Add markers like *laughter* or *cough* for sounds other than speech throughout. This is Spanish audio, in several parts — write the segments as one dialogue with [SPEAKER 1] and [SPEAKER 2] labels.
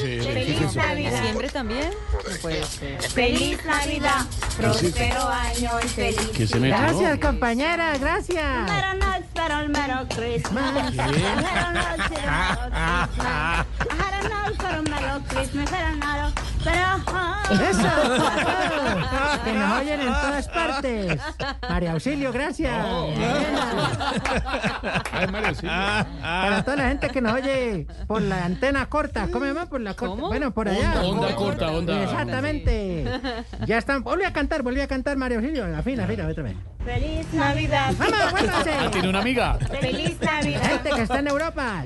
[SPEAKER 1] ¿Qué es eso?
[SPEAKER 2] ¿Diciembre también? No puede ser.
[SPEAKER 3] Feliz Navidad, próspero año y feliz.
[SPEAKER 1] ¿Qué se metió?
[SPEAKER 4] Gracias, compañera, gracias.
[SPEAKER 3] Pero no, pero el mero Christmas. Pero no, pero el mero Christmas. Pero no, pero el mero Christmas. Pero
[SPEAKER 4] ¡Eso! ¡Eso! Que nos oyen en todas partes. María Auxilio, gracias. Elena,
[SPEAKER 1] *laughs* Ay, Mario, sí.
[SPEAKER 4] Para toda la gente que nos oye por la antena corta. ¿Cómo se llama? Por la corta.
[SPEAKER 2] ¿Cómo?
[SPEAKER 4] Bueno, por allá.
[SPEAKER 1] Onda, onda corta, onda.
[SPEAKER 4] Exactamente. Ya están. Volví a cantar, volví a cantar, María Auxilio. Ah, Afina, afina, otra vez.
[SPEAKER 3] Feliz Navidad.
[SPEAKER 4] ¡Vamos,
[SPEAKER 1] Ah,
[SPEAKER 4] vuélvanse!
[SPEAKER 1] tiene una amiga.
[SPEAKER 3] Feliz
[SPEAKER 4] La gente
[SPEAKER 3] Navidad.
[SPEAKER 4] que está en Europa,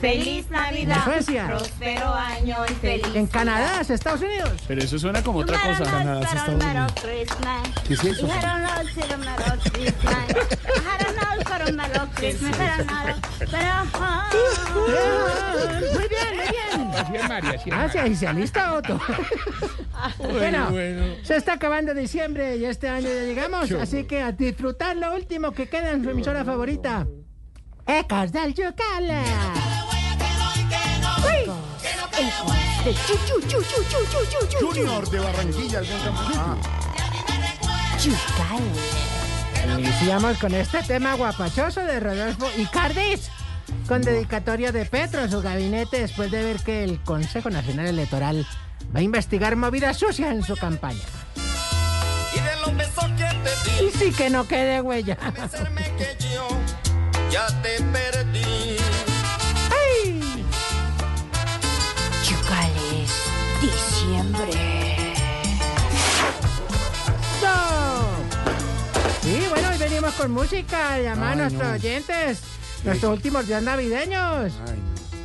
[SPEAKER 3] Feliz Navidad.
[SPEAKER 4] Suecia.
[SPEAKER 3] Próspero año y feliz.
[SPEAKER 4] en Canadá, Estados Unidos.
[SPEAKER 1] Pero eso suena como otra
[SPEAKER 3] Pero
[SPEAKER 1] cosa.
[SPEAKER 3] no, pero el mero Christmas.
[SPEAKER 5] ¿Qué es eso?
[SPEAKER 3] Pero no, pero el mero Christmas. Pero no, pero el mero Christmas. Pero no, pero-
[SPEAKER 4] Muy bien, muy bien. Gracias, y se alista otro. bueno, se está acabando diciembre y este año ya llegamos, así que a disfrutar lo último que queda en su emisora favorita. Ecos del Yucala.
[SPEAKER 5] Junior de Barranquilla, el gran campeonato.
[SPEAKER 4] Iniciamos con este tema guapachoso de Rodolfo Icardis, con dedicatoria de Petro en su gabinete después de ver que el Consejo Nacional Electoral va a investigar movidas sucias en su campaña.
[SPEAKER 6] Y de los besos que te di,
[SPEAKER 4] Y sí que no quede huella.
[SPEAKER 6] pensarme que yo ya te perdí.
[SPEAKER 4] ¡Ay!
[SPEAKER 7] Chocales, diciembre.
[SPEAKER 4] ¡Eso! Sí, bueno, hoy venimos con música, llamar a nuestros oyentes, nuestros últimos días navideños.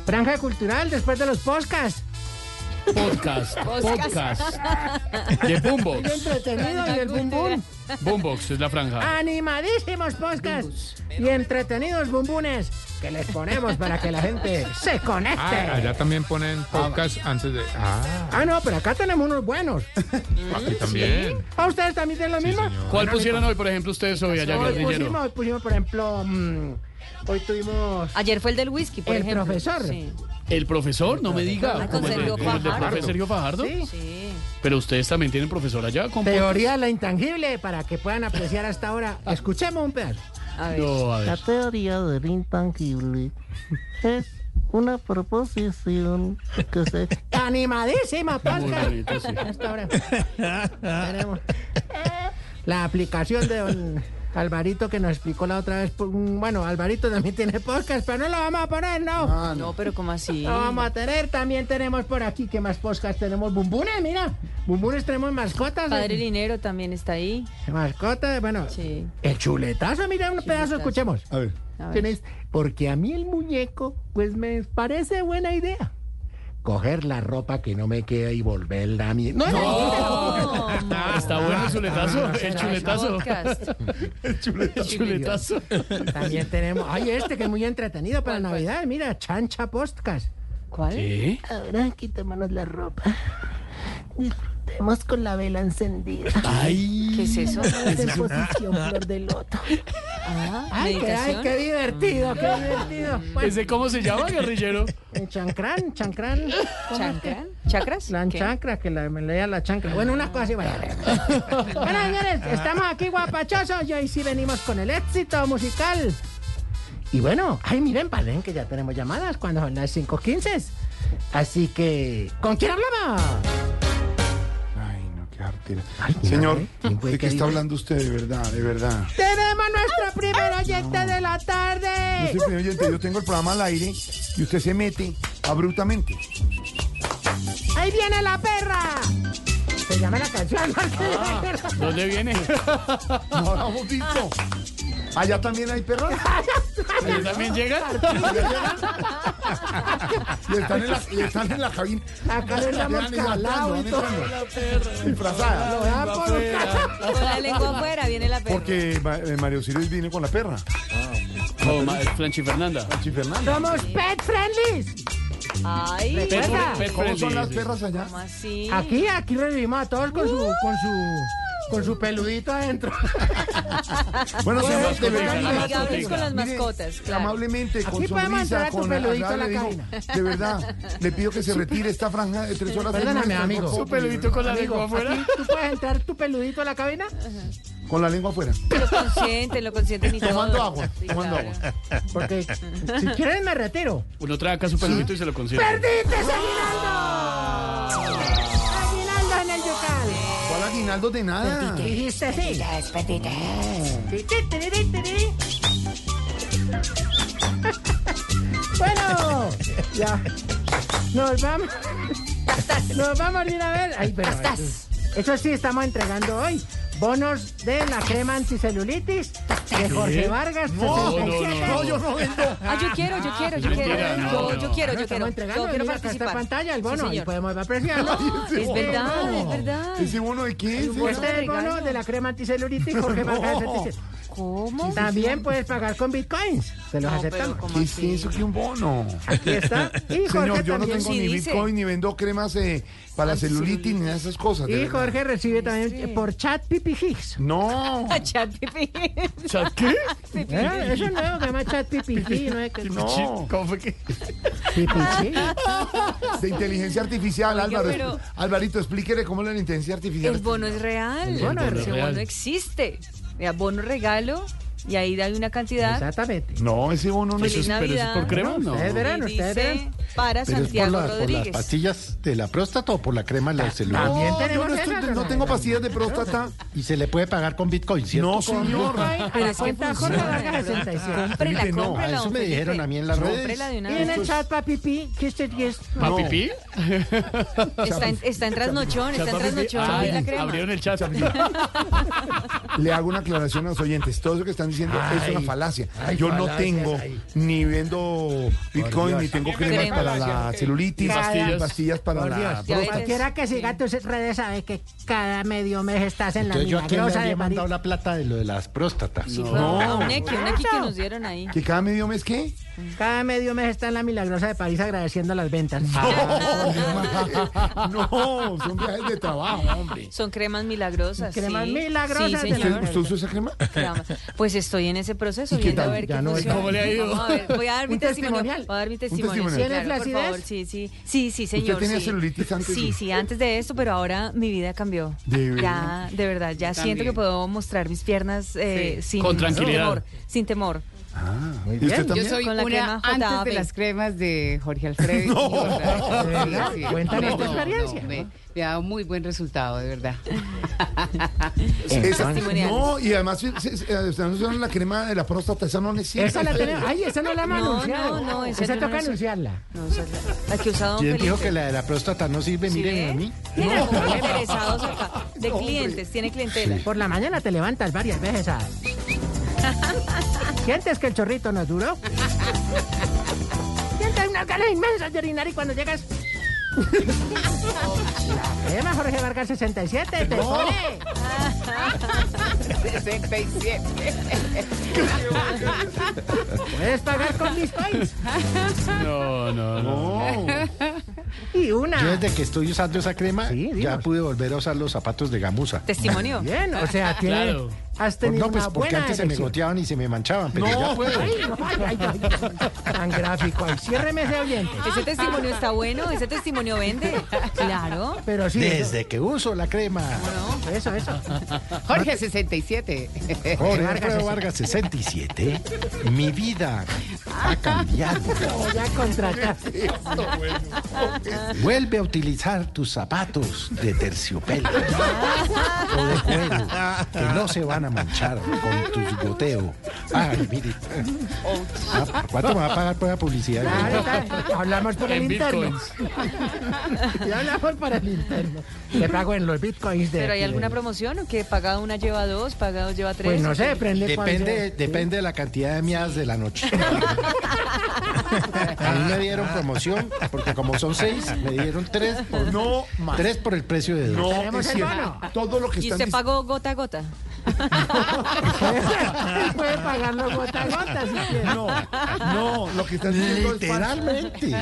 [SPEAKER 4] Franja cultural después de los podcasts.
[SPEAKER 1] Podcast. Podcast. De Boombox.
[SPEAKER 4] Entretenido y el bum bum.
[SPEAKER 1] Boombox es la
[SPEAKER 4] Ah.
[SPEAKER 1] franja.
[SPEAKER 4] Animadísimos podcasts y entretenidos bumbunes que les ponemos para que la gente se
[SPEAKER 8] Ah,
[SPEAKER 4] conecte.
[SPEAKER 8] allá también ponen podcast antes de. Ah,
[SPEAKER 4] Ah, no, pero acá tenemos unos buenos.
[SPEAKER 8] aquí también.
[SPEAKER 4] ¿A ustedes también tienen los mismos?
[SPEAKER 1] ¿Cuál pusieron hoy, por ejemplo, ustedes hoy allá,
[SPEAKER 4] Hoy
[SPEAKER 1] guerrillero?
[SPEAKER 4] pusimos, hoy pusimos, por ejemplo, mm, hoy tuvimos
[SPEAKER 2] Ayer fue el del whisky, por
[SPEAKER 4] El
[SPEAKER 2] ejemplo.
[SPEAKER 4] profesor.
[SPEAKER 2] Sí.
[SPEAKER 1] El profesor, no me
[SPEAKER 2] Ah,
[SPEAKER 1] diga.
[SPEAKER 2] con
[SPEAKER 1] ¿Cómo el de-
[SPEAKER 2] Sergio
[SPEAKER 1] cómo el del
[SPEAKER 2] Fajardo.
[SPEAKER 1] profe Sergio Fajardo?
[SPEAKER 4] Sí.
[SPEAKER 2] Sí.
[SPEAKER 1] Pero ustedes también tienen profesor allá. ¿Cómo?
[SPEAKER 4] Teoría de la intangible para que puedan apreciar hasta ahora. Escuchemos un pedazo.
[SPEAKER 2] A ver.
[SPEAKER 1] No, a
[SPEAKER 9] La
[SPEAKER 1] ver.
[SPEAKER 9] teoría del intangible es una proposición que se
[SPEAKER 4] Animadísima,
[SPEAKER 1] Muy
[SPEAKER 4] Pascal.
[SPEAKER 1] bonito, sí.
[SPEAKER 4] Hasta ahora. Tenemos la aplicación de don Alvarito que nos explicó la otra vez. por- Bueno, Alvarito también tiene podcast, pero no lo vamos a poner, no.
[SPEAKER 5] Ah,
[SPEAKER 2] No, pero ¿cómo así?
[SPEAKER 4] Lo vamos a tener. También tenemos por aquí, ¿qué más podcast tenemos? Bumbunes, mira. Bumbunes tenemos mascotas.
[SPEAKER 2] Padre Linero también está ahí.
[SPEAKER 4] Mascotas, bueno.
[SPEAKER 2] Sí.
[SPEAKER 4] El chuletazo, mira, un
[SPEAKER 2] Chuletazo.
[SPEAKER 4] pedazo, escuchemos.
[SPEAKER 5] A ver.
[SPEAKER 2] A ver.
[SPEAKER 4] Tienes- Porque a mí el muñeco, pues me parece buena idea. Coger la ropa que no me queda y volverla a mí. No,
[SPEAKER 2] ¡No!
[SPEAKER 1] *laughs* Está bueno el chuletazo. El chuletazo.
[SPEAKER 2] Podcast.
[SPEAKER 1] El chuletazo. El chuletazo.
[SPEAKER 4] También tenemos. Ay, este que es muy entretenido para
[SPEAKER 2] ¿Cuál, cuál?
[SPEAKER 4] Navidad. Mira, chancha podcast.
[SPEAKER 2] ¿Cuál?
[SPEAKER 1] ¿Qué?
[SPEAKER 9] ahora quitémonos la ropa. Disfrutemos con la vela encendida.
[SPEAKER 1] Ay.
[SPEAKER 2] ¿Qué es eso?
[SPEAKER 9] En posición flor de loto.
[SPEAKER 2] Ah,
[SPEAKER 4] Ay, qué, ay,
[SPEAKER 2] ¿Meditación?
[SPEAKER 4] qué divertido, qué
[SPEAKER 2] *laughs*
[SPEAKER 4] divertido. Bueno,
[SPEAKER 1] ¿Ese cómo se llama, guerrillero?
[SPEAKER 4] el chancrán, chancrán. ¿cómo es que?
[SPEAKER 2] ¿Chancran? ¿Chacras?
[SPEAKER 4] La
[SPEAKER 2] ¿Qué?
[SPEAKER 4] chancra, que la, me leía la chancra. Bueno, una cosa así, bueno. bueno, señores, estamos aquí guapachosos y hoy sí venimos con el éxito musical. Y bueno, ay, miren, paren que ya tenemos llamadas cuando son las 5.15. Así que, ¿con quién hablamos?
[SPEAKER 5] Ay, no, qué artera.
[SPEAKER 4] Ay, cuidado,
[SPEAKER 5] Señor,
[SPEAKER 4] ¿eh? ¿Quién fue
[SPEAKER 5] ¿de
[SPEAKER 4] que
[SPEAKER 5] qué está
[SPEAKER 4] dijo?
[SPEAKER 5] hablando usted? De verdad, de verdad.
[SPEAKER 4] Tenemos
[SPEAKER 2] Ah,
[SPEAKER 4] nuestro primer
[SPEAKER 1] Ah.
[SPEAKER 4] oyente de la
[SPEAKER 5] No
[SPEAKER 4] tarde.
[SPEAKER 5] sé, pero oyente, yo tengo el programa al aire y usted se mete abruptamente.
[SPEAKER 4] Ahí viene la perra. Se llama la canción. *laughs*
[SPEAKER 1] ¿Dónde viene?
[SPEAKER 4] Ah.
[SPEAKER 5] No lo hemos visto. Allá también hay perros.
[SPEAKER 1] ¿Ellos también llegan?
[SPEAKER 5] Y están en la, y están en la cabina.
[SPEAKER 4] Acá le damos calado y todo. Lo
[SPEAKER 5] Disfrazada.
[SPEAKER 4] dan por un ca-
[SPEAKER 2] Con la lengua afuera viene la perra.
[SPEAKER 5] Porque Ma- eh, Mario Sirius vino con la perra.
[SPEAKER 1] Oh, ma- Franchi Fernanda.
[SPEAKER 5] Chi Fernanda.
[SPEAKER 4] Somos pet friendly.
[SPEAKER 2] Ay,
[SPEAKER 1] Pet-
[SPEAKER 4] Venga.
[SPEAKER 1] pet
[SPEAKER 5] ¿Cómo son
[SPEAKER 1] friendly,
[SPEAKER 5] las
[SPEAKER 1] sí.
[SPEAKER 4] Ah,
[SPEAKER 5] perras allá?
[SPEAKER 2] ¿cómo así?
[SPEAKER 4] Aquí, aquí revivimos a todos con su, con su, con su peludito adentro.
[SPEAKER 5] Bueno, señor,
[SPEAKER 1] mascotas,
[SPEAKER 5] de verdad.
[SPEAKER 1] con las
[SPEAKER 5] gracias.
[SPEAKER 1] mascotas, con
[SPEAKER 2] las
[SPEAKER 5] Mire,
[SPEAKER 2] mascotas, claro.
[SPEAKER 5] Amablemente, con
[SPEAKER 4] Aquí podemos entrar
[SPEAKER 5] sonrisa,
[SPEAKER 4] a tu
[SPEAKER 5] con
[SPEAKER 4] peludito a la
[SPEAKER 5] agradable, dijo,
[SPEAKER 4] cabina.
[SPEAKER 5] De verdad, le pido que se retire esta franja de tres horas.
[SPEAKER 4] Perdóname,
[SPEAKER 5] nuestra,
[SPEAKER 4] amigo.
[SPEAKER 5] por favor,
[SPEAKER 1] Su peludito con la
[SPEAKER 4] Amigo,
[SPEAKER 1] lengua afuera.
[SPEAKER 4] aquí ¿Tú puedes entrar tu peludito a la cabina?
[SPEAKER 5] Con la lengua afuera.
[SPEAKER 2] Lo consienten, lo consienten y todo.
[SPEAKER 5] Tomando agua,
[SPEAKER 2] Sí,
[SPEAKER 5] tomando
[SPEAKER 2] claro.
[SPEAKER 5] agua.
[SPEAKER 1] *laughs*
[SPEAKER 4] Porque si quieren me retiro.
[SPEAKER 1] Uno trae acá su peludito y se lo consigue.
[SPEAKER 4] ¡Perdiste, Aguinaldo! ¡Aguinaldo en el yocal!
[SPEAKER 5] ¿Cuál aguinaldo de nada?
[SPEAKER 4] Dijiste sí.
[SPEAKER 7] Las patitas.
[SPEAKER 4] Ti, ti, ti, ti, ti, ti. Bueno, ya. Nos vamos. Nos vamos de una vez. Ay, pero Eso sí, estamos entregando hoy. Bonos de la crema anticelulitis de Jorge Vargas.
[SPEAKER 5] No, no,
[SPEAKER 4] 67.
[SPEAKER 5] No, yo no vendo.
[SPEAKER 2] Ah, yo quiero, yo quiero, yo quiero.
[SPEAKER 1] Mentira, no,
[SPEAKER 2] Yo, yo quiero, yo
[SPEAKER 4] Bueno,
[SPEAKER 2] quiero.
[SPEAKER 4] estamos entregando
[SPEAKER 2] Yo quiero
[SPEAKER 4] mira, acá está en
[SPEAKER 2] participar.
[SPEAKER 4] pantalla el bono
[SPEAKER 2] Sí,
[SPEAKER 4] y
[SPEAKER 2] señor.
[SPEAKER 4] podemos apreciarlo.
[SPEAKER 5] *laughs*
[SPEAKER 2] Es verdad, es
[SPEAKER 5] No.
[SPEAKER 2] verdad.
[SPEAKER 5] ¿Ese bono de qué? es?
[SPEAKER 2] bono
[SPEAKER 4] Este es el bono
[SPEAKER 2] regalo.
[SPEAKER 4] de la crema anticelulitis
[SPEAKER 2] *laughs*
[SPEAKER 4] Jorge Vargas. 67.
[SPEAKER 2] ¿Cómo?
[SPEAKER 4] También puedes pagar con bitcoins. Se los
[SPEAKER 2] No,
[SPEAKER 4] aceptamos.
[SPEAKER 2] pero ¿cómo
[SPEAKER 5] ¿Qué es
[SPEAKER 2] así?
[SPEAKER 5] eso que un bono?
[SPEAKER 2] *laughs*
[SPEAKER 4] Aquí está. Y Jorge
[SPEAKER 5] Señor, yo no
[SPEAKER 4] también.
[SPEAKER 2] Sí,
[SPEAKER 5] tengo ni
[SPEAKER 2] dice.
[SPEAKER 5] Bitcoin, ni vendo cremas eh, para celulitis, ni nada de esas cosas. de
[SPEAKER 4] Y
[SPEAKER 5] verdad.
[SPEAKER 4] Jorge recibe también eh, por chat Pipi Higgs.
[SPEAKER 5] No.
[SPEAKER 2] *laughs* Chat, pipi.
[SPEAKER 1] ¿Sabes qué?
[SPEAKER 4] Eh, Eso es nuevo, que se llama chat Pipi Higgs. pues No es que...
[SPEAKER 5] No.
[SPEAKER 1] ¿Cómo fue que?
[SPEAKER 4] Pipi Higgs.
[SPEAKER 5] De inteligencia artificial,
[SPEAKER 2] Oiga,
[SPEAKER 5] Álvaro.
[SPEAKER 2] pero-
[SPEAKER 5] Alvarito, explíquele cómo es la inteligencia artificial.
[SPEAKER 2] El bono es real. El
[SPEAKER 4] bono es
[SPEAKER 2] Ese
[SPEAKER 1] real.
[SPEAKER 2] bono existe. Vea, bono regalo y ahí hay una cantidad.
[SPEAKER 4] Exactamente.
[SPEAKER 5] No, ese bono no
[SPEAKER 2] Feliz
[SPEAKER 5] es.
[SPEAKER 1] Pero eso es
[SPEAKER 2] Navidad.
[SPEAKER 1] por crema, no.
[SPEAKER 4] Ustedes verán,
[SPEAKER 2] Y
[SPEAKER 4] ustedes
[SPEAKER 2] dice
[SPEAKER 4] verán.
[SPEAKER 2] para Santiago Rodríguez.
[SPEAKER 10] pastillas de la próstata o por la crema de la celular.
[SPEAKER 4] También
[SPEAKER 5] No, yo
[SPEAKER 4] tenemos
[SPEAKER 5] no, estoy-
[SPEAKER 4] esas,
[SPEAKER 5] no
[SPEAKER 4] ¿no?
[SPEAKER 5] tengo pastillas de próstata.
[SPEAKER 10] Y se le puede pagar con Bitcoin, ¿cierto?
[SPEAKER 5] No, señor.
[SPEAKER 4] Bitcoin a
[SPEAKER 2] Pero
[SPEAKER 4] la
[SPEAKER 2] es que
[SPEAKER 4] cuenta Jorge
[SPEAKER 2] funciona.
[SPEAKER 4] Vargas 67.
[SPEAKER 2] Cómprela,
[SPEAKER 5] Felipe, no,
[SPEAKER 10] Ah,
[SPEAKER 2] cómprela.
[SPEAKER 10] eso
[SPEAKER 2] don
[SPEAKER 10] me
[SPEAKER 2] Felipe.
[SPEAKER 10] dijeron a mí en las redes.
[SPEAKER 2] Cómprela de una
[SPEAKER 4] Y en
[SPEAKER 2] vez.
[SPEAKER 4] el chat para Pipi Higgs, que es
[SPEAKER 1] ¿Pa'
[SPEAKER 5] No.
[SPEAKER 1] pipí?
[SPEAKER 2] Está en, está en trasnochón, está en
[SPEAKER 5] Chapa, pipí.
[SPEAKER 2] trasnochón.
[SPEAKER 1] Ay,
[SPEAKER 2] la crema.
[SPEAKER 1] abrieron el chat.
[SPEAKER 5] Le hago una aclaración a los oyentes. Todo eso que están diciendo es una falacia. yo no tengo ni vendo Bitcoin, ni tengo cremas
[SPEAKER 2] Crema.
[SPEAKER 5] para la celulitis,
[SPEAKER 4] Pastillas.
[SPEAKER 5] ni pastillas para
[SPEAKER 4] Por
[SPEAKER 5] la
[SPEAKER 4] Dios.
[SPEAKER 2] Ya ves.
[SPEAKER 4] Cualquiera que siga tus redes sabe que cada medio mes estás en la
[SPEAKER 10] Entonces yo a quién le
[SPEAKER 4] milagrosa
[SPEAKER 10] había
[SPEAKER 4] de París.
[SPEAKER 10] mandado la plata de lo de las próstatas.
[SPEAKER 2] Sí, fue a un equi, un equi que nos dieron ahí.
[SPEAKER 5] ¿Que cada medio mes qué?
[SPEAKER 4] Cada medio mes está en la milagrosa de París agradeciendo las ventas.
[SPEAKER 9] Ah.
[SPEAKER 5] *laughs* No, son viajes de trabajo, hombre.
[SPEAKER 2] Son cremas milagrosas.
[SPEAKER 4] Cremas
[SPEAKER 2] sí.
[SPEAKER 4] milagrosas
[SPEAKER 2] Sí,
[SPEAKER 4] de
[SPEAKER 2] señor.
[SPEAKER 5] ¿Usted, usted usa esa crema?
[SPEAKER 2] Cremas. Pues estoy en ese proceso,
[SPEAKER 5] qué
[SPEAKER 2] viendo a
[SPEAKER 5] tal?
[SPEAKER 2] ver
[SPEAKER 5] Ya
[SPEAKER 2] qué
[SPEAKER 5] no es-
[SPEAKER 2] funciona.
[SPEAKER 1] ¿Cómo le ha ido?
[SPEAKER 2] Vamos a ver, voy a dar mi
[SPEAKER 4] ¿Un
[SPEAKER 2] testimonio.
[SPEAKER 4] testimonial?
[SPEAKER 2] Voy a dar mi testimonio.
[SPEAKER 5] testimonio?
[SPEAKER 4] ¿Tiene
[SPEAKER 2] claro, por
[SPEAKER 4] flacidez?
[SPEAKER 2] favor, sí, sí. Sí, sí, señor.
[SPEAKER 5] tenía
[SPEAKER 2] sí.
[SPEAKER 5] celulitis antes?
[SPEAKER 2] Sí, sí, antes de esto, pero ahora mi vida cambió.
[SPEAKER 5] ¿De
[SPEAKER 2] Ya, de verdad, ya siento que puedo mostrar mis piernas eh, sin
[SPEAKER 1] Con tranquilidad.
[SPEAKER 2] temor. Sin temor.
[SPEAKER 5] ¿Y usted también?
[SPEAKER 2] Con la crema JB.
[SPEAKER 9] cremas de Jorge Alfredo.
[SPEAKER 4] ¿De verdad? Cuéntanos tu experiencia.
[SPEAKER 9] me ha dado muy buen resultado, de verdad.
[SPEAKER 5] Esa-
[SPEAKER 2] testimoniales.
[SPEAKER 5] no, y además se- se- se- están usando la crema de la próstata, esa no necesita.
[SPEAKER 4] Esa la tenemos. Ay, esa no la hemos
[SPEAKER 2] No,
[SPEAKER 4] anunciado.
[SPEAKER 2] no, no, esa
[SPEAKER 4] esa
[SPEAKER 2] yo
[SPEAKER 4] toca
[SPEAKER 2] no sé.
[SPEAKER 4] anunciarla.
[SPEAKER 2] No, esa es la, la que usaba don
[SPEAKER 10] ¿Quién
[SPEAKER 2] Felipe.
[SPEAKER 10] dijo que la de la próstata no sirve?
[SPEAKER 2] ¿Sí
[SPEAKER 10] Miren
[SPEAKER 2] ve?
[SPEAKER 10] a mí.
[SPEAKER 2] Mira, como interesados acá. De clientes, tiene clientela.
[SPEAKER 4] Por la mañana te levantas varias veces a... ¿Sientes que el chorrito no es duro? ¿Sientes unas ganas inmensas de orinar y cuando llegas... La crema Jorge Vargas 67 te pone...
[SPEAKER 9] 67.
[SPEAKER 4] Puedes pagar con bitcoins.
[SPEAKER 1] No, no, no.
[SPEAKER 5] No.
[SPEAKER 4] Y una...
[SPEAKER 10] Yo desde que estoy usando esa crema,
[SPEAKER 4] Sí, dinos.
[SPEAKER 10] ya pude volver a usar los zapatos de gamuza.
[SPEAKER 2] Testimonio.
[SPEAKER 4] Bien, o sea,
[SPEAKER 10] *laughs*
[SPEAKER 4] tiene,
[SPEAKER 1] Claro.
[SPEAKER 4] has
[SPEAKER 10] Por-
[SPEAKER 4] tenido
[SPEAKER 10] No, pues
[SPEAKER 4] una
[SPEAKER 10] porque
[SPEAKER 4] buena
[SPEAKER 10] antes se me
[SPEAKER 4] elección.
[SPEAKER 10] goteaban y se me manchaban, pero ya puedo.
[SPEAKER 4] Ay, no, ay, ay, ay, ay. Tan gráfico. ay, Ciérreme ese oyente.
[SPEAKER 2] Ese testimonio está bueno, ese testimonio vende. Claro.
[SPEAKER 4] Pero sí, eso,
[SPEAKER 10] Desde que uso la crema.
[SPEAKER 4] eso, eso.
[SPEAKER 9] Jorge 67.
[SPEAKER 10] Jorge
[SPEAKER 4] Vargas,
[SPEAKER 10] Alfredo Vargas 67, mi vida ha cambiado.
[SPEAKER 4] Voy a contratar.
[SPEAKER 10] Vuelve a utilizar tus zapatos de terciopelo o de cuero que no se van a manchar con tus goteo. Ay, mire. Ah, ¿Cuánto me va a pagar por la publicidad?
[SPEAKER 4] Claro, está. Hablamos por el
[SPEAKER 1] En
[SPEAKER 4] interno.
[SPEAKER 1] bitcoins.
[SPEAKER 4] Ya hablamos por el interno. Te pago en los bitcoins de.
[SPEAKER 2] ¿Pero hay
[SPEAKER 4] de-
[SPEAKER 2] alguna promoción o que paga una lleva dos, paga dos
[SPEAKER 5] Pues
[SPEAKER 2] lleva tres?
[SPEAKER 4] Pues no sé, prende cuando-
[SPEAKER 10] Depende, depende de la cantidad de miadas de la noche. A mí me dieron promoción, porque como son seis, me dieron tres por,
[SPEAKER 5] No más.
[SPEAKER 10] tres por el precio
[SPEAKER 2] *laughs*
[SPEAKER 10] de dos.
[SPEAKER 5] No,
[SPEAKER 4] Tenemos
[SPEAKER 5] es
[SPEAKER 4] el
[SPEAKER 5] cierto.
[SPEAKER 4] bono.
[SPEAKER 5] Todo lo que
[SPEAKER 2] Y
[SPEAKER 5] están
[SPEAKER 2] se
[SPEAKER 5] dis-
[SPEAKER 2] pagó gota a
[SPEAKER 5] *laughs*
[SPEAKER 2] gota.
[SPEAKER 4] *laughs* Puede pagarlo gota a gota si quiere.
[SPEAKER 5] No, no, lo que están diciendo es falso.
[SPEAKER 10] Literalmente.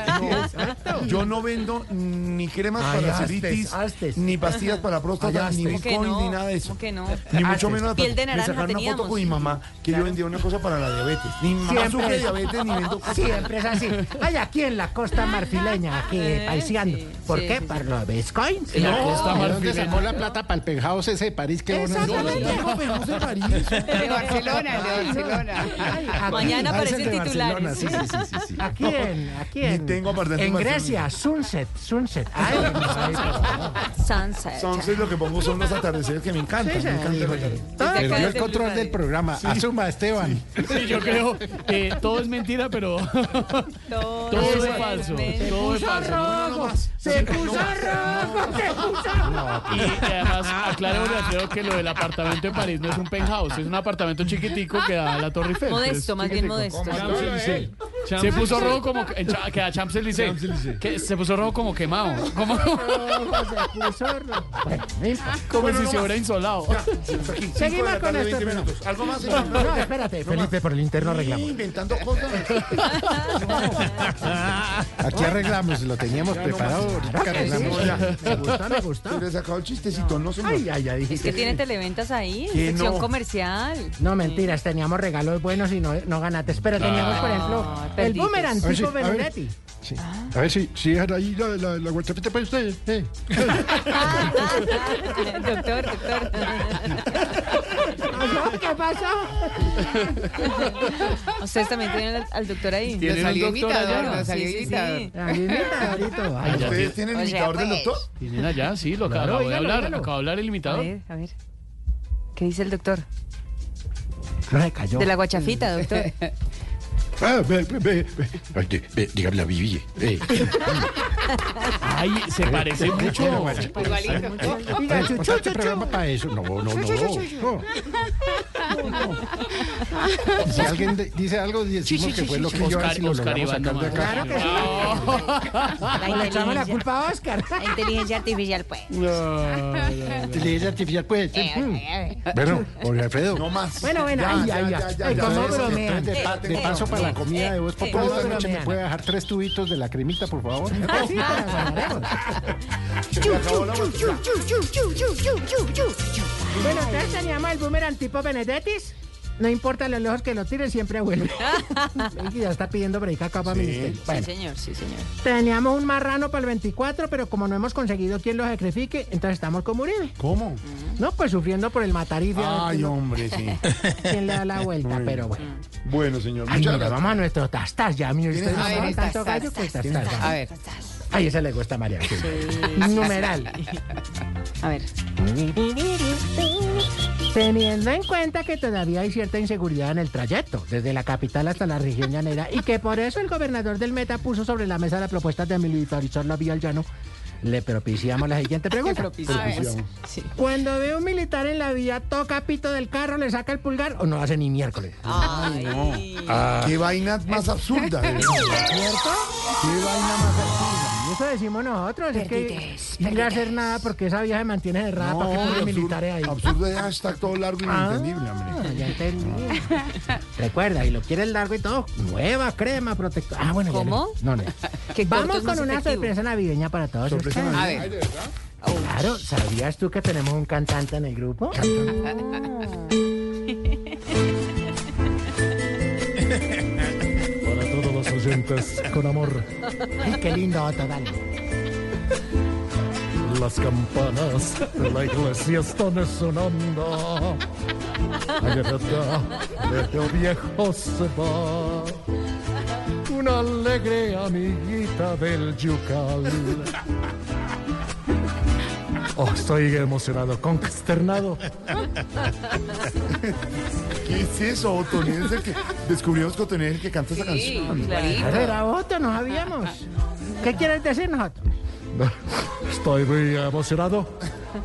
[SPEAKER 5] No, Yo no vendo ni cremas
[SPEAKER 4] Ay,
[SPEAKER 5] para
[SPEAKER 4] hastes,
[SPEAKER 5] celulitis,
[SPEAKER 4] hastes.
[SPEAKER 5] ni pastillas para próstata,
[SPEAKER 4] hastes.
[SPEAKER 5] ni
[SPEAKER 2] ¿Cómo que
[SPEAKER 5] Bitcoin,
[SPEAKER 2] no?
[SPEAKER 5] ni nada de eso.
[SPEAKER 2] ¿Cómo que
[SPEAKER 5] *laughs*
[SPEAKER 2] no?
[SPEAKER 5] Ni
[SPEAKER 4] Hastes.
[SPEAKER 5] mucho menos
[SPEAKER 2] Piel de
[SPEAKER 5] me
[SPEAKER 2] naranja
[SPEAKER 5] sacaron una foto
[SPEAKER 2] teníamos.
[SPEAKER 5] con mi mamá que yo vendía una cosa para la diabetes. Ni mi mamá
[SPEAKER 4] Siempre.
[SPEAKER 5] sufre diabetes ni vendo cosas.
[SPEAKER 4] Siempre es así. Hay aquí en la costa marfileña, aquí
[SPEAKER 2] Eh,
[SPEAKER 4] paiseando.
[SPEAKER 2] sí,
[SPEAKER 4] ¿Por
[SPEAKER 2] sí,
[SPEAKER 4] qué?
[SPEAKER 2] sí,
[SPEAKER 4] Para los bitcoins.
[SPEAKER 1] En la costa
[SPEAKER 10] ¿De dónde
[SPEAKER 1] marfileña.
[SPEAKER 10] sacó la plata para el penthouse ese de París? Que uno
[SPEAKER 5] Yo no tengo, pero no sé París.
[SPEAKER 2] De Barcelona, de Mañana
[SPEAKER 10] Ah, es
[SPEAKER 2] aparece
[SPEAKER 10] el de
[SPEAKER 2] el titular.
[SPEAKER 10] Barcelona, sí, sí, sí, sí, sí.
[SPEAKER 4] Aquí en, aquí
[SPEAKER 5] Ni
[SPEAKER 4] en,
[SPEAKER 5] tengo apartamento
[SPEAKER 4] en
[SPEAKER 5] en
[SPEAKER 4] Grecia, Sunset, Sunset. Ay,
[SPEAKER 2] Sunset.
[SPEAKER 5] Entonces lo que pongo son los atardeceres que me encantan.
[SPEAKER 4] Sí,
[SPEAKER 5] me encantan
[SPEAKER 4] señor.
[SPEAKER 5] los atardeceres.
[SPEAKER 10] Ah, Perdió
[SPEAKER 2] Acá
[SPEAKER 10] el
[SPEAKER 2] desde
[SPEAKER 10] control
[SPEAKER 2] Blue
[SPEAKER 10] del
[SPEAKER 2] Radio.
[SPEAKER 10] programa. Asuma, Esteban.
[SPEAKER 1] Sí, yo creo que todo es mentira, pero
[SPEAKER 2] Todo,
[SPEAKER 1] todo es falso. Todo es
[SPEAKER 4] puso
[SPEAKER 1] falso.
[SPEAKER 4] rojo, se puso rojo, se puso rojo.
[SPEAKER 1] Y además, aclaro, creo que lo del apartamento en París no es un penthouse, es un apartamento chiquitico que da a la Torre Eiffel.
[SPEAKER 2] Modesto, más bien modesto.
[SPEAKER 1] Champs-Élysées. Se puso rojo como que en Cha- que a Champs-Élysées. Que se puso rojo como quemado. Como,
[SPEAKER 4] Se puso rojo. Bueno, no importa.
[SPEAKER 1] como si se hubiera insolado.
[SPEAKER 5] Cinco de
[SPEAKER 4] Seguimos
[SPEAKER 5] la
[SPEAKER 4] con
[SPEAKER 5] tarde,
[SPEAKER 4] esto.
[SPEAKER 5] 20 minutos. Algo más.
[SPEAKER 4] No, no, espérate, Felipe, por el interno arreglamos.
[SPEAKER 5] Inventando
[SPEAKER 4] *laughs*
[SPEAKER 5] cosas.
[SPEAKER 10] Aquí arreglamos, lo teníamos preparado. ahorita
[SPEAKER 4] Claro que sí.
[SPEAKER 10] arreglamos.
[SPEAKER 4] Me gustó, me
[SPEAKER 5] Se
[SPEAKER 4] gustó.
[SPEAKER 5] le sacado el chistecito, no señor.
[SPEAKER 4] Ay, ay, ay.
[SPEAKER 2] Es que tiene televentas ahí,
[SPEAKER 5] Que
[SPEAKER 2] sección
[SPEAKER 5] no. *laughs*
[SPEAKER 2] comercial.
[SPEAKER 4] No, mentiras, teníamos regalos buenos y no, no ganates. Pero teníamos, por ejemplo, el
[SPEAKER 2] perdidos.
[SPEAKER 4] boomerang
[SPEAKER 10] Oye,
[SPEAKER 4] tipo
[SPEAKER 10] a ver.
[SPEAKER 4] Benedetti.
[SPEAKER 10] Sí. Ah. A ver si, si dejan ahí la, la, la guachapita para ustedes. eh.
[SPEAKER 2] doctor, doctor.
[SPEAKER 4] Ay, ¿Qué pasó?
[SPEAKER 2] Ustedes también tienen al, al doctor ahí.
[SPEAKER 1] Tienen un doctorado.
[SPEAKER 2] Claro, sí, sí, sí.
[SPEAKER 4] Ahorita, ahorita. Ay,
[SPEAKER 1] Allá,
[SPEAKER 5] ¿Ustedes
[SPEAKER 1] sí.
[SPEAKER 5] tienen
[SPEAKER 7] O
[SPEAKER 5] el
[SPEAKER 7] sea,
[SPEAKER 5] imitador del
[SPEAKER 7] pues.
[SPEAKER 5] doctor?
[SPEAKER 1] Tienen allá, sí, lo
[SPEAKER 4] Claro,
[SPEAKER 1] acabo de
[SPEAKER 4] oígalo,
[SPEAKER 1] hablar.
[SPEAKER 4] oígalo.
[SPEAKER 1] Acabo de hablar el
[SPEAKER 2] A
[SPEAKER 1] imitador.
[SPEAKER 2] ver, a ver. ¿Qué dice el doctor?
[SPEAKER 4] No se cayó.
[SPEAKER 2] De la
[SPEAKER 5] *laughs*
[SPEAKER 2] guachafita, doctor.
[SPEAKER 10] Ah, ve, ve, ve, ve. Ay, di- ve, dígame a Vivi. eh.
[SPEAKER 1] Ay, se parece mucho.
[SPEAKER 10] Bueno, bueno.
[SPEAKER 4] Eh,
[SPEAKER 10] Ay, ¿ponte este programa para eso? No, no, no. no. No. Si alguien de- dice algo, decimos que fue lo que yo
[SPEAKER 1] Oscar,
[SPEAKER 10] si lo
[SPEAKER 1] Oscar Iván
[SPEAKER 10] logramos sacar de
[SPEAKER 1] nomás.
[SPEAKER 10] acá.
[SPEAKER 7] La
[SPEAKER 4] Le echamos la
[SPEAKER 7] inteligencia,
[SPEAKER 4] culpa a Oscar.
[SPEAKER 7] la inteligencia artificial, pues.
[SPEAKER 10] Inteligencia artificial, pues.
[SPEAKER 7] Eh, eh, eh.
[SPEAKER 10] Bueno, Jorge Alfredo.
[SPEAKER 5] No más.
[SPEAKER 4] Bueno, bueno,
[SPEAKER 5] Ya,
[SPEAKER 4] ay,
[SPEAKER 5] ya,
[SPEAKER 4] ay,
[SPEAKER 5] ya,
[SPEAKER 4] ay.
[SPEAKER 5] ya,
[SPEAKER 4] Ay,
[SPEAKER 5] ya,
[SPEAKER 4] cómo
[SPEAKER 5] ya, ya,
[SPEAKER 4] bromean.
[SPEAKER 10] Entonces, de, pa- de paso para la comida de vos, por
[SPEAKER 4] eh,
[SPEAKER 10] esta
[SPEAKER 4] eh.
[SPEAKER 10] noche me puede dejar tres tubitos de la cremita, por favor.
[SPEAKER 4] *laughs* Ah, sí, pero ganaremos.
[SPEAKER 5] Se acabó la vuelta.
[SPEAKER 4] Bueno, entonces teníamos el boomerang tipo Benedettis. No importa lo lejos que lo tiren, siempre *laughs* vuelve. Y ya está pidiendo break acá para ministerio.
[SPEAKER 2] Sí,
[SPEAKER 4] Bueno,
[SPEAKER 2] señor, sí, señor.
[SPEAKER 4] teníamos un marrano para el 24, pero como no hemos conseguido quien lo sacrifique, entonces estamos con Uribe.
[SPEAKER 5] ¿Cómo?
[SPEAKER 4] No, pues sufriendo por el matarife. a ver
[SPEAKER 5] Ay,
[SPEAKER 4] *laughs* quién-
[SPEAKER 5] hombre, sí.
[SPEAKER 4] quién le da la vuelta, pero bueno.
[SPEAKER 5] Bueno, señor,
[SPEAKER 4] Ay,
[SPEAKER 5] muchas
[SPEAKER 4] mira,
[SPEAKER 5] gracias.
[SPEAKER 4] vamos a nuestro tastas ya, mira,
[SPEAKER 5] ¿Tienes
[SPEAKER 4] ustedes
[SPEAKER 5] tastas?
[SPEAKER 4] no
[SPEAKER 5] A ver,
[SPEAKER 4] saben tanto gallo que tastas. A ver. Ay, esa le gusta a María. Auxilio. Numeral. *laughs*
[SPEAKER 2] A ver.
[SPEAKER 4] Teniendo en cuenta que todavía hay cierta inseguridad en el trayecto, desde la capital hasta la región llanera, y que por eso el gobernador del Meta puso sobre la mesa la propuesta de militarizar la vía al llano, le propiciamos la *laughs* siguiente pregunta.
[SPEAKER 2] Sí.
[SPEAKER 4] Cuando ve un militar en la vía, toca pito del carro, le saca el pulgar o no hace ni miércoles.
[SPEAKER 2] Ay,
[SPEAKER 5] Ah, Qué vaina más absurda. de verdad.
[SPEAKER 4] ¿Cierto?
[SPEAKER 5] Qué vaina más absurda.
[SPEAKER 4] Y eso decimos nosotros, es que
[SPEAKER 7] Perdides,
[SPEAKER 4] ir a hacer
[SPEAKER 7] perdides.
[SPEAKER 4] nada porque esa vía se mantiene cerrada para que ponen
[SPEAKER 5] absurdo,
[SPEAKER 4] militares ahí.
[SPEAKER 5] Absurdo de hashtag todo largo y
[SPEAKER 4] Ah,
[SPEAKER 5] inentendible, hombre.
[SPEAKER 4] ya entendí. Recuerda, y lo quieres largo y todo, nueva crema protectora. Ah, bueno, ya
[SPEAKER 2] ¿Cómo? *laughs*
[SPEAKER 4] No, no.
[SPEAKER 2] Qué corto
[SPEAKER 4] Vamos
[SPEAKER 2] es más
[SPEAKER 4] con una
[SPEAKER 2] efectivo.
[SPEAKER 4] sorpresa navideña para todos
[SPEAKER 5] Sorpresa
[SPEAKER 4] ustedes. Ah,
[SPEAKER 5] navideña.
[SPEAKER 4] Claro, ¿sabías tú que tenemos un cantante en el grupo?
[SPEAKER 11] Para todos los oyentes, con amor,
[SPEAKER 4] Ay, qué lindo, Otto, dale.
[SPEAKER 11] las campanas de la iglesia están sonando. Ay, verdad, el viejo se va. Una alegre amiguita del yucal. Oh, estoy emocionado, consternado.
[SPEAKER 5] ¿Qué es eso? Otoniel es el que descubrimos que Otoniel es el que canta esa canción.
[SPEAKER 4] Claro, era Otto, no sabíamos. ¿Qué quieres decirnos, Otto?
[SPEAKER 11] Estoy muy emocionado.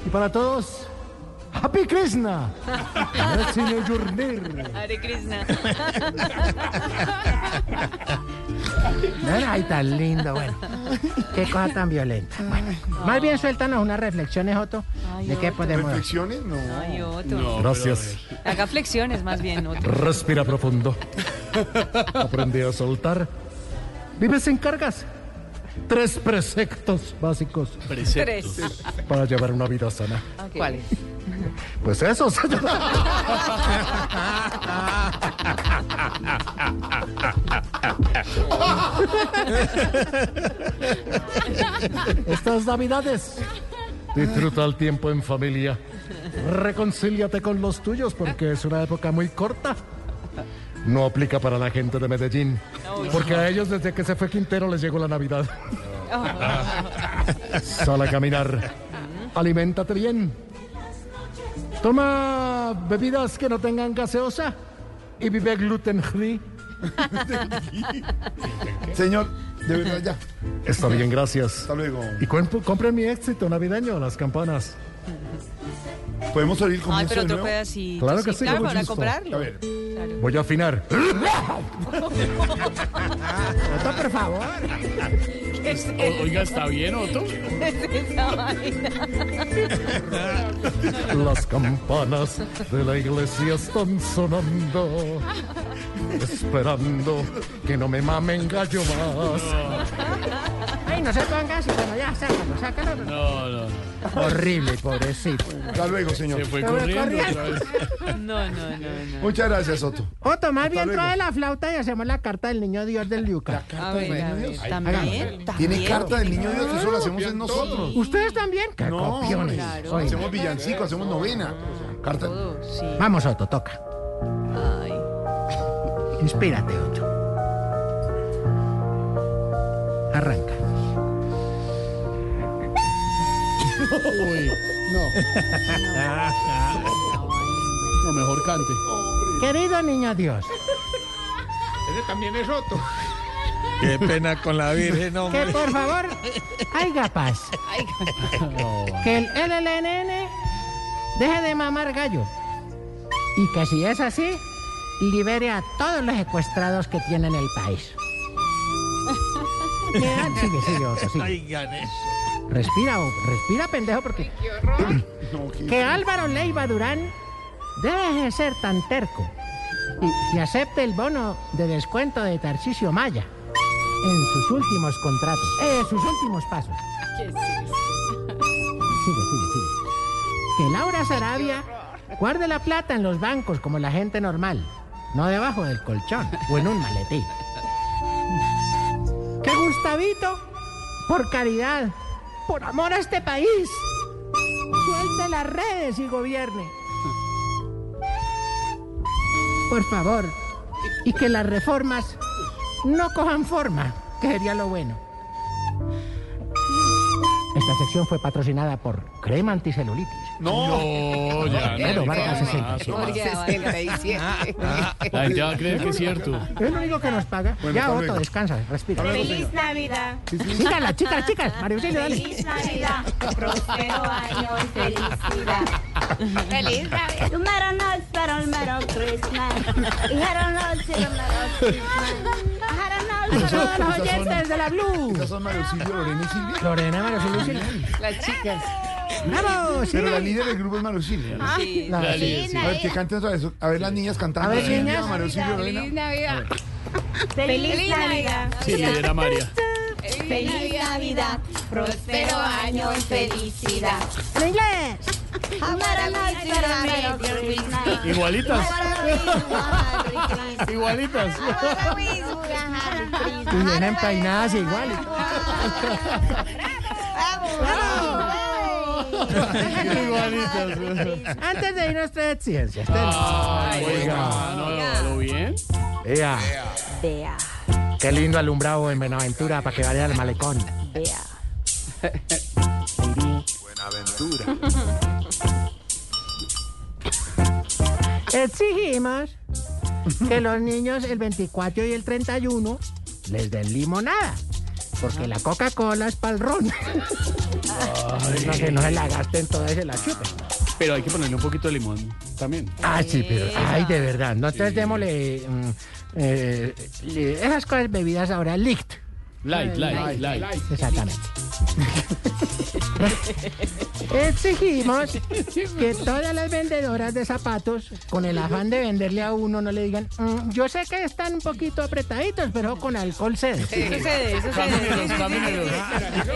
[SPEAKER 11] Y para todos, Happy Krishna. Sine Jurnir.
[SPEAKER 2] Hare Krishna.
[SPEAKER 4] Ay, tan lindo, bueno. Qué cosa tan violenta. Bueno, más bien suéltanos unas reflexiones, Otto, de qué podemos...
[SPEAKER 5] ¿Reflexiones? No.
[SPEAKER 2] Ay, Otto.
[SPEAKER 11] Gracias.
[SPEAKER 2] Haga flexiones más bien, Otto.
[SPEAKER 11] Respira profundo. Aprende a soltar. Vives sin cargas. Tres preceptos básicos
[SPEAKER 2] Tres.
[SPEAKER 11] para llevar una vida sana.
[SPEAKER 2] Ok. ¿Cuál es?
[SPEAKER 11] Pues esos. Estas navidades. Disfruta el tiempo en familia. Reconcíliate con los tuyos porque es una época muy corta. No aplica para la gente de Medellín. Porque a ellos desde que se fue Quintero les llegó la Navidad. Sal a caminar. Aliméntate bien. Toma bebidas que no tengan gaseosa y vive gluten free.
[SPEAKER 5] Señor, de verdad ya.
[SPEAKER 11] Está bien, gracias.
[SPEAKER 5] Hasta luego.
[SPEAKER 11] Y cuempo- compren mi éxito navideño, las campanas.
[SPEAKER 5] ¿Podemos salir con
[SPEAKER 2] Ay,
[SPEAKER 5] eso
[SPEAKER 2] pero
[SPEAKER 5] de
[SPEAKER 2] otro
[SPEAKER 5] nuevo?
[SPEAKER 2] pedacito.
[SPEAKER 11] Claro que sí,
[SPEAKER 2] Claro,
[SPEAKER 11] con
[SPEAKER 2] para
[SPEAKER 11] gusto.
[SPEAKER 5] A
[SPEAKER 2] comprarlo.
[SPEAKER 5] ver.
[SPEAKER 11] Voy a afinar.
[SPEAKER 4] Otto, por favor.
[SPEAKER 1] O- Oiga, ¿está bien, Otto?
[SPEAKER 2] *laughs*
[SPEAKER 11] Las campanas de la iglesia están sonando. Esperando que no me mamen gallo más.
[SPEAKER 4] Ay, no se pongan así, bueno, ya, sácalo, sácalo.
[SPEAKER 1] No, no.
[SPEAKER 4] Horrible, pobrecito.
[SPEAKER 5] Hasta luego, señor.
[SPEAKER 1] Se fue
[SPEAKER 4] Se fue
[SPEAKER 1] corriendo
[SPEAKER 4] corriendo.
[SPEAKER 1] otra vez.
[SPEAKER 2] No, no, no, no.
[SPEAKER 5] Muchas gracias, Otto.
[SPEAKER 4] Otto, más bien
[SPEAKER 5] luego.
[SPEAKER 4] trae la flauta y hacemos la carta del niño Dios del Liuca.
[SPEAKER 2] A ver, a ver. También.
[SPEAKER 5] Tiene
[SPEAKER 2] también.
[SPEAKER 5] carta del niño Dios, eso lo hacemos en nosotros.
[SPEAKER 4] ¿Ustedes también? ¡Qué
[SPEAKER 5] No,
[SPEAKER 4] copiones!
[SPEAKER 5] hombre,
[SPEAKER 4] Oye,
[SPEAKER 5] hacemos villancico, hacemos novena. Carta.
[SPEAKER 2] Todo, sí.
[SPEAKER 4] Vamos, Otto, toca.
[SPEAKER 2] Ay.
[SPEAKER 4] Inspírate, Otto. Arranca.
[SPEAKER 1] Uy,
[SPEAKER 4] *laughs*
[SPEAKER 1] no. No, mejor cante.
[SPEAKER 4] Querido niño Dios,
[SPEAKER 8] Ese también es roto.
[SPEAKER 10] Qué pena con la Virgen,
[SPEAKER 4] que por favor haya paz. *laughs* Que el LLNN deje de mamar gallo. Y que si es así, libere a todos los secuestrados que tiene en el país. Mira, Sigue, sigue, Otto, sigue. Respira, oh, respira, pendejo, porque. que Álvaro Leiva Durán deje de ser tan terco y, y acepte el bono de descuento de Tarcisio Maya en sus últimos contratos, en sus últimos pasos. Sigue, sigue, sigue. Que Laura Sarabia guarde la plata en los bancos como la gente normal, no debajo del colchón o en un maletín. Que Gustavito, por caridad, por amor a este país, suelte las redes y gobierne. Por favor, y que las reformas no cojan forma, que sería lo bueno. Esta sección fue patrocinada por Crema Anticelulitis.
[SPEAKER 5] No.
[SPEAKER 1] No, ya.
[SPEAKER 4] Pero
[SPEAKER 1] no,
[SPEAKER 4] marca
[SPEAKER 1] no,
[SPEAKER 4] 60.
[SPEAKER 1] no, no.
[SPEAKER 2] Porque
[SPEAKER 1] La gente va a creer que es cierto.
[SPEAKER 4] Es lo único que nos paga.
[SPEAKER 5] Bueno,
[SPEAKER 4] ya,
[SPEAKER 5] hasta
[SPEAKER 4] Otto,
[SPEAKER 5] luego.
[SPEAKER 4] descansa, respira.
[SPEAKER 3] Feliz Navidad,
[SPEAKER 4] Chicas, las chicas, las chicas. María Auxilio, dale.
[SPEAKER 3] feliz Navidad, próspero año y felicidad.
[SPEAKER 7] Feliz Navidad.
[SPEAKER 3] You Merry Noel, Merry Merry Christmas. Y Merry Noel, Merry Merry Christmas. A Merry Noel, Merry
[SPEAKER 4] Todos los oyentes de la Blue.
[SPEAKER 5] Esas son Mario Silvio, Lorena y Silvia.
[SPEAKER 4] Lorena, María Auxilio, Silvia.
[SPEAKER 2] Las chicas.
[SPEAKER 4] ¡Vamos!
[SPEAKER 5] Pero la
[SPEAKER 4] sí.
[SPEAKER 5] líder del grupo es Mario Silvio.
[SPEAKER 2] Sí.
[SPEAKER 4] No,
[SPEAKER 1] La
[SPEAKER 4] sí.
[SPEAKER 1] líder, sí.
[SPEAKER 5] A ver, que canten otra vez. A ver las niñas cantando.
[SPEAKER 4] A ver,
[SPEAKER 5] Silvia,
[SPEAKER 4] niñas.
[SPEAKER 5] Mario Silvio, Lorena.
[SPEAKER 7] Navidad.
[SPEAKER 3] Feliz Navidad.
[SPEAKER 1] Sí, era María.
[SPEAKER 7] Feliz Navidad. Próspero año y felicidad.
[SPEAKER 4] En inglés.
[SPEAKER 7] Amara la
[SPEAKER 3] Merry Merry Christmas.
[SPEAKER 1] Igualitas, igualitas.
[SPEAKER 4] Y bien empainadas igual.
[SPEAKER 1] Igualitas.
[SPEAKER 4] Antes de irnos, tres ciencias.
[SPEAKER 1] Ah, oiga, no, ¿lo bien?
[SPEAKER 4] Ea,
[SPEAKER 7] Vea,
[SPEAKER 4] qué lindo alumbrado en Buenaventura para que vaya al malecón.
[SPEAKER 7] vea.
[SPEAKER 4] Exigimos que los niños el 24 y el 31 les den limonada. Porque la Coca-Cola es pa'l ron. *laughs* no, se, no se la gasten toda y se la chupen.
[SPEAKER 1] Pero hay que ponerle un poquito de limón también.
[SPEAKER 4] Ah, sí, pero. Ay, de verdad. No, entonces démosle. mm, eh, le- esas cosas bebidas ahora, licht.
[SPEAKER 1] Light, light, light.
[SPEAKER 4] Exactamente. *laughs* Exigimos que todas las vendedoras de zapatos, con el afán de venderle a uno, no le digan, "Mm, yo sé que están un poquito apretaditos, pero con alcohol cede.
[SPEAKER 2] Eso cede, eso cede.
[SPEAKER 1] Cámbiamelos, cámbiamelos.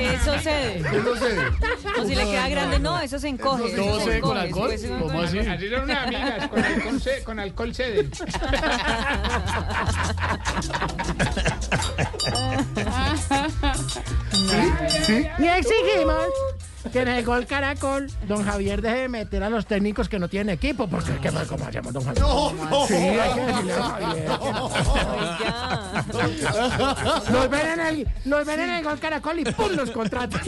[SPEAKER 2] Eso cede.
[SPEAKER 5] Eso cede.
[SPEAKER 2] O si le queda grande, no, eso se encoge.
[SPEAKER 1] ¿Todo
[SPEAKER 2] eso se
[SPEAKER 1] cede con
[SPEAKER 2] encoge,
[SPEAKER 1] alcohol?
[SPEAKER 2] eso se
[SPEAKER 1] ¿Cómo así?
[SPEAKER 2] encoge.
[SPEAKER 8] Así son unas amigas, con alcohol, se- con alcohol ceden.
[SPEAKER 4] Y exigimos que en el gol Caracol, don Javier deje de meter a los técnicos que no tienen equipo, porque ¿qué más cómo hacemos, don Javier?
[SPEAKER 5] No, no.
[SPEAKER 4] Sí, hay que decirle a Javier. Nos ven en el, nos ven en el gol Caracol y ¡pum! los contratan.